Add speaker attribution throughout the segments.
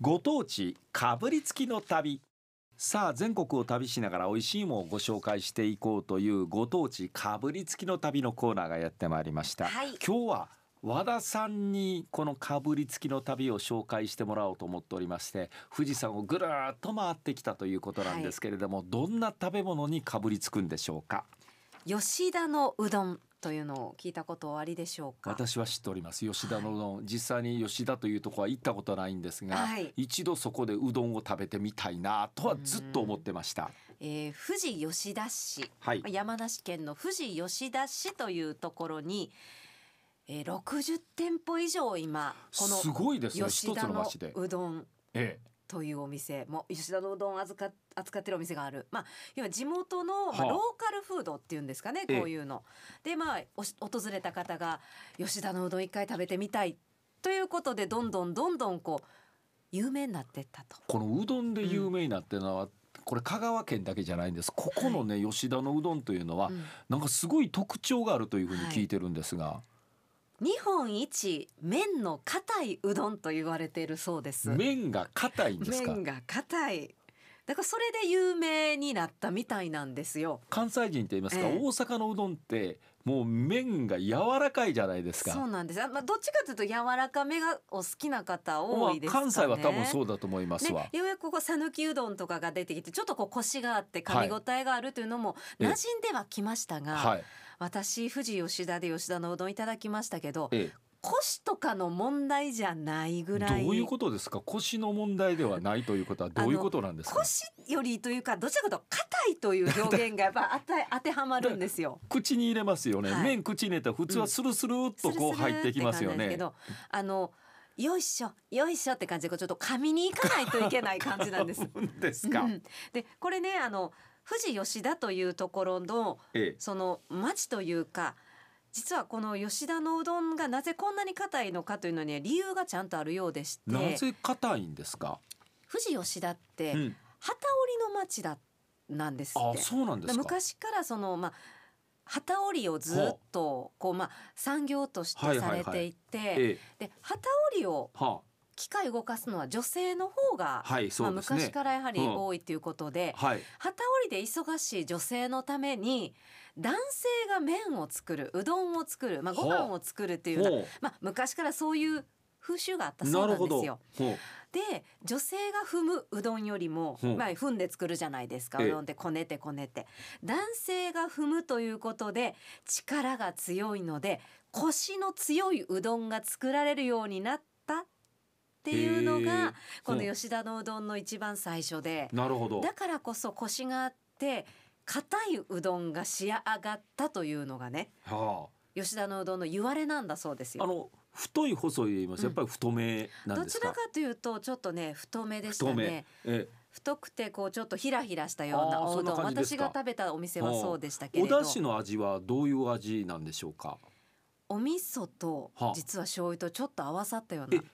Speaker 1: ご当地かぶりつきの旅さあ全国を旅しながら美味しいものをご紹介していこうというご当地かぶりつきの旅のコーナーがやってまいりました、
Speaker 2: はい
Speaker 1: 今日は和田さんにこのかぶりつきの旅を紹介してもらおうと思っておりまして富士山をぐるーっと回ってきたということなんですけれども、どんな食べ物にかぶりつくんでしょうか
Speaker 2: 吉田のうどんというのを聞いたことおありでしょうか。
Speaker 1: 私は知っております吉田のうどん、実際に吉田というところは行ったことはないんですが、
Speaker 2: はい
Speaker 1: 一度そこでうどんを食べてみたいなとはずっと思ってました。
Speaker 2: えー、富士吉田市、
Speaker 1: はい
Speaker 2: 山梨県の富士吉田市というところに、えー、60店舗以上今こ
Speaker 1: す
Speaker 2: の
Speaker 1: ごいですね
Speaker 2: 吉
Speaker 1: 一つ
Speaker 2: 田
Speaker 1: の
Speaker 2: の
Speaker 1: 町で。
Speaker 2: うどん
Speaker 1: え
Speaker 2: というお店もう吉田のうどんを扱っ扱ってるお店がある、まあ、要は地元の、まあ、
Speaker 1: はあ
Speaker 2: ローカルフードっていうんですかね、
Speaker 1: ええ
Speaker 2: こういうの。でまあおし訪れた方が吉田のうどん一回食べてみたいということでどんどんどんどんこう有名になってったと。
Speaker 1: え、このうどんで有名になってるのは、これ香川県だけじゃないんですここのね、吉田のうどんというのは、
Speaker 2: うん
Speaker 1: なんかすごい特徴があるというふうに聞いてるんですが、
Speaker 2: 日本一麺の硬いうどんと言われているそうです。
Speaker 1: 麺が硬いんですか
Speaker 2: 麺が硬い。だからそれで有名になったみたいなんですよ。
Speaker 1: 関西人って言いますか、
Speaker 2: ええ
Speaker 1: 大阪のうどんってもう麺が柔らかいじゃないですか
Speaker 2: そうなんです。あまあどっちかというと柔らかめがお好きな方多いですかね。
Speaker 1: 関西は多分そうだと思いますわ、
Speaker 2: ね、ようやくここ讃岐うどんとかが出てきてちょっとこうコシがあって
Speaker 1: は
Speaker 2: 噛
Speaker 1: い
Speaker 2: み応えがあるというのも
Speaker 1: ええ
Speaker 2: 馴染んではきましたが、
Speaker 1: はい、
Speaker 2: 私富士吉田で吉田のうどんいただきましたけど
Speaker 1: え
Speaker 2: コシとかの問題じゃないぐ
Speaker 1: え、ど
Speaker 2: らい。
Speaker 1: ういうことですか腰の問題ではないということはどういうことなんですか
Speaker 2: コシよりというかどちらかというと硬いという表現がやっ ぱ当て当てはまるんですよ。
Speaker 1: 口に入れますよね、
Speaker 2: はい
Speaker 1: 麺口に入れたら普通はスルスルっとこう
Speaker 2: スルスル
Speaker 1: 入ってきますよ
Speaker 2: って感じですけ
Speaker 1: ね、
Speaker 2: ど、あのよいしょよいしょって感じでこうちょっと噛みに行かないといけない感じなんです。
Speaker 1: うんですか、
Speaker 2: うんでこれねあの富士吉田というところの
Speaker 1: ええ、
Speaker 2: その町というか実はこの吉田のうどんがなぜこんなに硬いのかというのには理由がちゃんとあるようでして
Speaker 1: な
Speaker 2: 富
Speaker 1: ぜ硬いんですか、
Speaker 2: 士吉田って
Speaker 1: う
Speaker 2: 機織り
Speaker 1: ん、
Speaker 2: の町だなんですっ
Speaker 1: あ
Speaker 2: て。
Speaker 1: そうなんですか
Speaker 2: 昔からそのまあ旗織りをずっとこうまあ産業として
Speaker 1: はい
Speaker 2: さ
Speaker 1: はいは
Speaker 2: れ
Speaker 1: い
Speaker 2: ていて、
Speaker 1: ええ、
Speaker 2: で旗織りを
Speaker 1: は
Speaker 2: 機械動かすのは女性の方が、
Speaker 1: あ、はい
Speaker 2: ま
Speaker 1: そ
Speaker 2: あ、
Speaker 1: うですね、
Speaker 2: 昔からやはり
Speaker 1: うん
Speaker 2: 多いということで、
Speaker 1: はい
Speaker 2: 旗織りで忙しい女性のために男性が麺を作るうどんを作る、まあ、ご飯を作るっていうような、
Speaker 1: ほ
Speaker 2: まあ、昔からそういう風習があった
Speaker 1: う
Speaker 2: そう
Speaker 1: な
Speaker 2: な
Speaker 1: る
Speaker 2: んで
Speaker 1: ほ
Speaker 2: す
Speaker 1: ど
Speaker 2: よ。
Speaker 1: ほう
Speaker 2: で女性が踏むうどんよりも、
Speaker 1: うん
Speaker 2: まあ、踏んで作るじゃないですか
Speaker 1: ええ
Speaker 2: うどんってこねてこねて。男性が踏むということで力が強いので腰の強いうどんが作られるようになったっていうの
Speaker 1: へえ
Speaker 2: がこの
Speaker 1: うん
Speaker 2: 吉田のうどんの一番最初で。
Speaker 1: なるほど
Speaker 2: だからこそコシがあって硬いうどんが仕上がったというのがね
Speaker 1: は
Speaker 2: 吉田のうどんの言われなんだそうです
Speaker 1: あ、あ
Speaker 2: よ。
Speaker 1: の太い細いで言いますやっぱり太めなん
Speaker 2: ど
Speaker 1: で
Speaker 2: ち
Speaker 1: す
Speaker 2: ら
Speaker 1: か
Speaker 2: か、というとちょっとね太めでした
Speaker 1: 太
Speaker 2: ね
Speaker 1: め、え
Speaker 2: 太くてこうちょっとひらひらしたような
Speaker 1: あー
Speaker 2: おう
Speaker 1: そ
Speaker 2: どん
Speaker 1: んな感じです
Speaker 2: 私
Speaker 1: か
Speaker 2: が食べたお店はそうでしたけ
Speaker 1: え、お
Speaker 2: れど
Speaker 1: 出汁の味はどういう味なんでしょうか
Speaker 2: お味噌と
Speaker 1: はあ
Speaker 2: 実は醤油とちょっと合わさったような
Speaker 1: え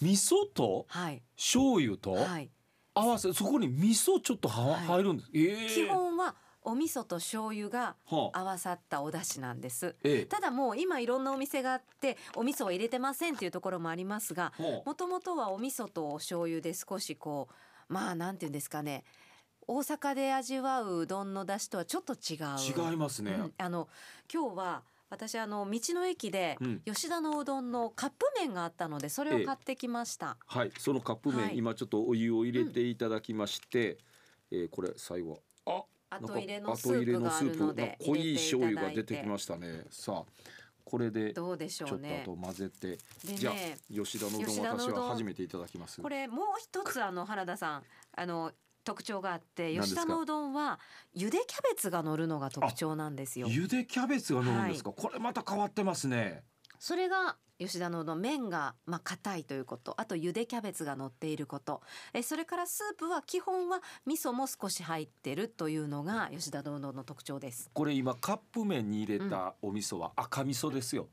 Speaker 1: 味噌と
Speaker 2: はい
Speaker 1: 醤油と
Speaker 2: はい
Speaker 1: 合わせ、そこに味噌ちょっとは、
Speaker 2: はい
Speaker 1: 入るんです。ええ
Speaker 2: 基本はお味噌と醤油が
Speaker 1: はあ、
Speaker 2: 合わさったお出汁なんです
Speaker 1: え
Speaker 2: ただもう今いろんなお店があってお味噌を入れてませんっていうところもありますが
Speaker 1: え、はあ
Speaker 2: もともとはお味噌とお醤油で少しこうまあなんていうんですかね大阪で味わううどんの出汁とはちょっと違う。
Speaker 1: 違いますね。
Speaker 2: うんあの今日は私あの道の駅で
Speaker 1: うん
Speaker 2: 吉田のうどんのカップ麺があったのでそれ
Speaker 1: え
Speaker 2: を
Speaker 1: え
Speaker 2: 買ってきました。
Speaker 1: はい、そのカップ麺、
Speaker 2: はい
Speaker 1: 今ちょっとお湯を入れていただきまして、えーこれ最後はあ
Speaker 2: 後入れのスープがあるので
Speaker 1: 濃い
Speaker 2: 入れていた
Speaker 1: 醤
Speaker 2: だいて
Speaker 1: 油が出てきましたね。さあこれでちょ
Speaker 2: どうでし
Speaker 1: っ
Speaker 2: ょ
Speaker 1: と
Speaker 2: うね
Speaker 1: あ。と混ぜて、
Speaker 2: で
Speaker 1: じゃあ
Speaker 2: ね
Speaker 1: 吉田のうどん
Speaker 2: 吉田のう
Speaker 1: 私
Speaker 2: どん
Speaker 1: は初めていただきます。
Speaker 2: これもう一つあの原田さんあの特徴があって
Speaker 1: 何です
Speaker 2: 吉
Speaker 1: か
Speaker 2: 田のうどんはゆでキャベツが乗るのが特徴なんですよ。
Speaker 1: ゆでキャベツが乗るんですか、これまた変わってますね。
Speaker 2: それが吉田のうどん麺がまあ硬いということあとゆでキャベツが乗っていることえそれからスープは基本は味噌も少し入ってるというのが吉田のうどんの特徴です
Speaker 1: これ今カップ麺に入れたお味噌は赤味噌ですよ。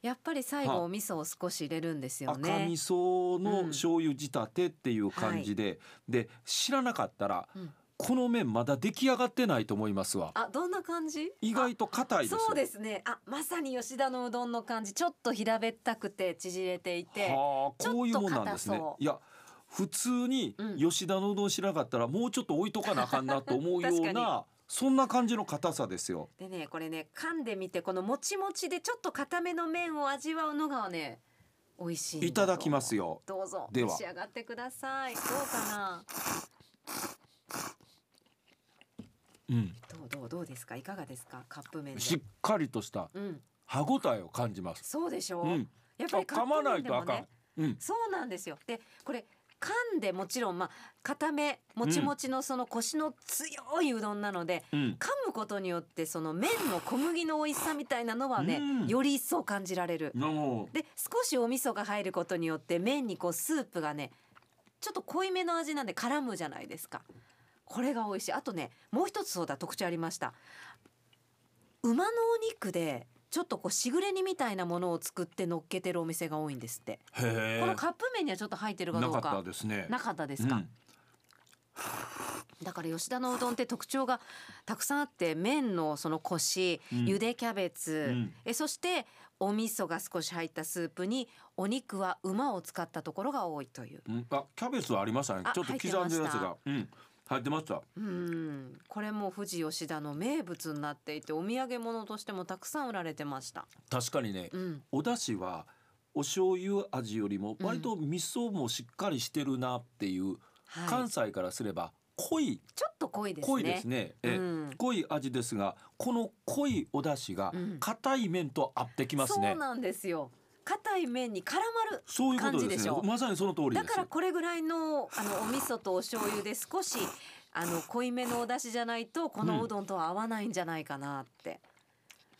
Speaker 2: やっぱり最
Speaker 1: は
Speaker 2: 後お味噌を少し入れるんですよ
Speaker 1: 赤味
Speaker 2: ね
Speaker 1: 噌
Speaker 2: う
Speaker 1: の
Speaker 2: ん
Speaker 1: 醤油仕立てっていう感じで、で知らなかったら、
Speaker 2: うん
Speaker 1: この麺まだ出来上がってないと思いますわ
Speaker 2: あどんな感じ
Speaker 1: 意外と硬いですよ
Speaker 2: そうですねあまさに吉田のうどんの感じちょっと平べったくて縮れていて
Speaker 1: はあ
Speaker 2: ちょっと
Speaker 1: こういうもんなんですね
Speaker 2: 硬そう
Speaker 1: いや普通に
Speaker 2: うん
Speaker 1: 吉田のうどん知らなかったらもうちょっと置いとかなあかんなと思うよ
Speaker 2: 確
Speaker 1: う
Speaker 2: かに
Speaker 1: なそんな感じの硬さですよ。
Speaker 2: でねこれね噛んでみてこのもちもちでちょっと固めの麺を味わうのがね美味しいん
Speaker 1: いただきます
Speaker 2: よ
Speaker 1: よ。
Speaker 2: どうぞ
Speaker 1: で
Speaker 2: 召
Speaker 1: は
Speaker 2: し上がってくださいどうかな
Speaker 1: うん、
Speaker 2: どうどうどうですかいかがですかカップ麺で
Speaker 1: しっかりとした
Speaker 2: うん
Speaker 1: 歯ごたえを感じます。
Speaker 2: そうでしょ
Speaker 1: う
Speaker 2: う、
Speaker 1: ん、
Speaker 2: や
Speaker 1: あ
Speaker 2: っぱりカッ
Speaker 1: 噛ま
Speaker 2: プ
Speaker 1: ない
Speaker 2: 麺で
Speaker 1: とあ
Speaker 2: も
Speaker 1: か
Speaker 2: ね
Speaker 1: ん。うん、
Speaker 2: そうなんですよでこれ噛んでもちろんまあ固めもちもちのそのコシの強いうどんなので、
Speaker 1: うん、
Speaker 2: 噛むことによってその麺の小麦の美味しさみたいなのはね、
Speaker 1: うん
Speaker 2: より一層感じられる。
Speaker 1: の
Speaker 2: で少しお味噌が入ることによって麺にこうスープがねちょっと濃いめの味なんで絡むじゃないですかこれが美味しいあとねもう一つそうだ特徴ありました馬のお肉でちょっとこうしぐれ煮みたいなものを作って乗っけてるお店が多いんですって
Speaker 1: へえ
Speaker 2: このカップ麺にはちょっと入ってるか
Speaker 1: な
Speaker 2: どう
Speaker 1: か
Speaker 2: か
Speaker 1: ったですね。
Speaker 2: なかったですか、
Speaker 1: うん
Speaker 2: だから吉田のうどんって特徴がたくさんあって麺のそのコシ、
Speaker 1: うん
Speaker 2: ゆでキャベツ、
Speaker 1: うん
Speaker 2: えそしてお味噌が少し入ったスープにお肉は馬を使ったところが多いという
Speaker 1: うん、あ、キャベツはありましたね。
Speaker 2: あ
Speaker 1: ちょっと
Speaker 2: 入
Speaker 1: 刻
Speaker 2: って
Speaker 1: ん
Speaker 2: ま
Speaker 1: でる
Speaker 2: した
Speaker 1: やつが、うん、入ってました。
Speaker 2: うんこれも富士吉田の名物になっていてお土産物としてもたくさん売られてました。
Speaker 1: 確かにね、
Speaker 2: うん
Speaker 1: お出汁はお醤油味よりも割と味噌もしっかりしてるなっていう、
Speaker 2: はい
Speaker 1: 関、西からすれば濃い、
Speaker 2: ちょっと濃いですね。
Speaker 1: 濃いですね。ええ
Speaker 2: うん
Speaker 1: 濃い味ですが、この濃いお出汁が
Speaker 2: うん
Speaker 1: 硬い麺と合ってきますね。
Speaker 2: そうなんですよ。硬い麺に絡まる
Speaker 1: そういうこと
Speaker 2: 感じ
Speaker 1: で
Speaker 2: ですし
Speaker 1: ね
Speaker 2: ょ。
Speaker 1: まさにその通りです。
Speaker 2: だからこれぐらいのあのお味噌とお醤油で少しあの濃いめのお出汁じゃないとこのうどんとは合わないんじゃないかなって、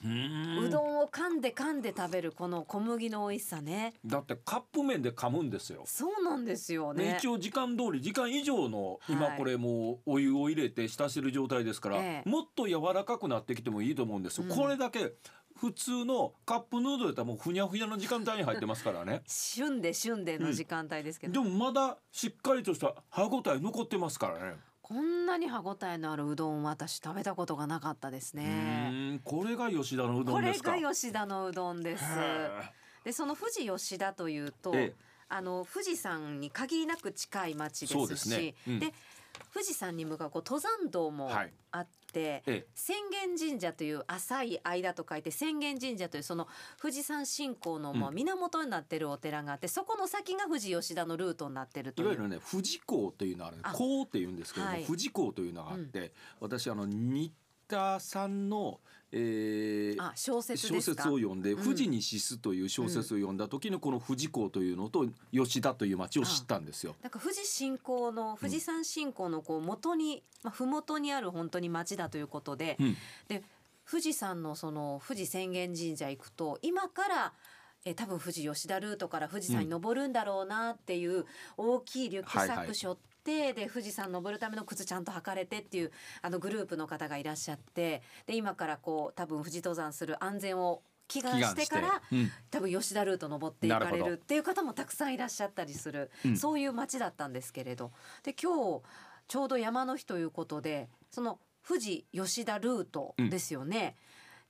Speaker 1: う
Speaker 2: う
Speaker 1: ーん
Speaker 2: どんを噛んで噛んで食べるこの小麦の美味しさね
Speaker 1: だってカップ麺で噛むんですよ。
Speaker 2: そうなんですよ
Speaker 1: ね
Speaker 2: ね
Speaker 1: 一応時間通り時間以上の今
Speaker 2: はい
Speaker 1: これもうお湯を入れて浸してる状態ですから、
Speaker 2: ええ
Speaker 1: もっと柔らかくなってきてもいいと思うんですよ、
Speaker 2: うん
Speaker 1: これだけ普通のカップヌードルやったらもうふにゃふにゃの時間帯に入ってますからね
Speaker 2: 旬で旬での時間帯 ですけ
Speaker 1: で
Speaker 2: ど、
Speaker 1: もまだしっかりとした歯ごたえ残ってますからね
Speaker 2: こんなに歯ごたえのあるうどんは私食べたことがなかったです
Speaker 1: う
Speaker 2: ね
Speaker 1: ーんこれが吉田のうど
Speaker 2: こ
Speaker 1: んで
Speaker 2: れ
Speaker 1: すか
Speaker 2: が吉田のうどんです
Speaker 1: へ
Speaker 2: でその富士吉田というと、
Speaker 1: ええ
Speaker 2: あの富士山に限りなく近い町ですし
Speaker 1: そうですねうん
Speaker 2: で富士山に向かうこう登山道も
Speaker 1: はい
Speaker 2: あって、
Speaker 1: ええ
Speaker 2: 浅間神社という浅い間と書いて浅間神社というその富士山信仰のまあ
Speaker 1: う
Speaker 2: 源になってるお寺があって、そこの先が富士吉田のルートになってると
Speaker 1: い
Speaker 2: いう
Speaker 1: わゆるね富士港というのはある
Speaker 2: あ
Speaker 1: 港って言うんですけども、
Speaker 2: はい
Speaker 1: 富士港というのがあって、私あの新田さんの、えー
Speaker 2: あ小説
Speaker 1: 小
Speaker 2: です
Speaker 1: 説
Speaker 2: か
Speaker 1: を読んで「
Speaker 2: うん
Speaker 1: 富士に死す」という小説を読んだ時にこの富士港というのと吉田という町を知ったんですよ。
Speaker 2: なんか富士信仰の富士山信仰のこう元に、まあ、麓にある本当に町だということで、
Speaker 1: うん
Speaker 2: で富士山のその富士浅間神社行くと今からえー多分富士吉田ルートから富士山に登るんだろうなっていう大きいリュックサック背負って、で富士山登るための靴ちゃんと履かれてっていうあのグループの方がいらっしゃってで今からこう多分富士登山する安全を祈願してから
Speaker 1: うん
Speaker 2: 多分吉田ルート登っていか
Speaker 1: な
Speaker 2: れ
Speaker 1: るほ
Speaker 2: る
Speaker 1: ど
Speaker 2: っていう方もたくさんいらっしゃったりする、
Speaker 1: うん
Speaker 2: そういう街だったんですけれどで今日ちょうど山の日ということでその富士吉田ルートですよね、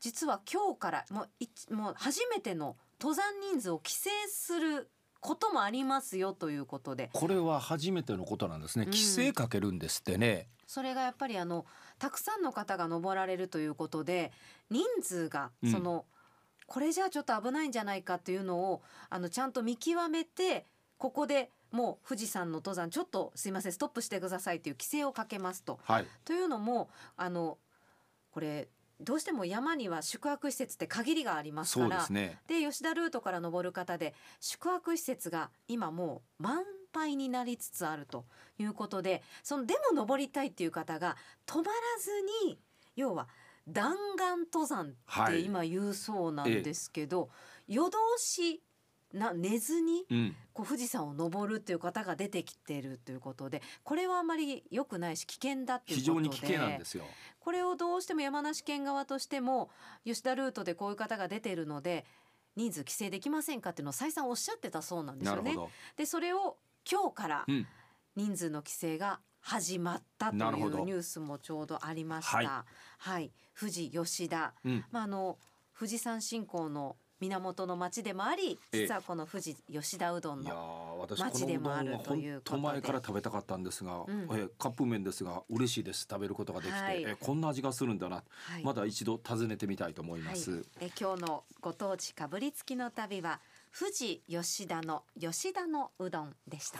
Speaker 2: 実は今日からもういもう初めての登山人数を規制することもありますよということで
Speaker 1: これは初めてのことなんですね。
Speaker 2: うん
Speaker 1: 規制かけるんですってね。
Speaker 2: それがやっぱりあのたくさんの方が登られるということで人数が
Speaker 1: うん
Speaker 2: その、これじゃあちょっと危ないんじゃないかというのをあのちゃんと見極めてここでもう富士山の登山ちょっとすいませんストップしてくださいという規制をかけますと。
Speaker 1: はい。
Speaker 2: というのもあのこれどうしても山には宿泊施設って限りがあります
Speaker 1: そ
Speaker 2: か
Speaker 1: うで
Speaker 2: ら
Speaker 1: すね。
Speaker 2: で吉田ルートから登る方で宿泊施設が今もう満杯になりつつあるということでそのでも登りたいっていう方が止まらずに要は弾丸登山っ
Speaker 1: は
Speaker 2: て
Speaker 1: い
Speaker 2: 今言うそうなんですけど、夜通しな寝ずに
Speaker 1: うん。
Speaker 2: こう富士山を登るという方が出てきてるということでこれはあまり良くないし危険だっていう
Speaker 1: 非
Speaker 2: こ
Speaker 1: 常
Speaker 2: とで
Speaker 1: に危険なんですよ。
Speaker 2: これをどうしても山梨県側としても吉田ルートでこういう方が出ているので人数規制できませんかっていうのを再三おっしゃってたそうなんです
Speaker 1: な
Speaker 2: よ
Speaker 1: るほ
Speaker 2: ね。
Speaker 1: ど。
Speaker 2: でそれを今日から
Speaker 1: うん。
Speaker 2: 人数の規制が始まったとい
Speaker 1: なるほど
Speaker 2: うニュースもちょうどありました。
Speaker 1: はい
Speaker 2: はい、富士吉田、
Speaker 1: うん。
Speaker 2: まああの富士山信仰の源の町でもあり
Speaker 1: ええ
Speaker 2: 実はこの富士吉田うどん
Speaker 1: いやー
Speaker 2: の
Speaker 1: 私
Speaker 2: 街
Speaker 1: この
Speaker 2: で
Speaker 1: うど
Speaker 2: もあ
Speaker 1: ん
Speaker 2: る
Speaker 1: は
Speaker 2: とい
Speaker 1: 本
Speaker 2: うこと
Speaker 1: 当
Speaker 2: で
Speaker 1: 前から食べたかったんですが、
Speaker 2: うん
Speaker 1: えーカップ麺ですが嬉しいです食べることができて、
Speaker 2: はい
Speaker 1: えーこんな味がするんだな、
Speaker 2: はい
Speaker 1: まだ一度訪ねてみたいと思います、
Speaker 2: え今日のご当地かぶりつきの旅は富士吉田の吉田のうどんでした。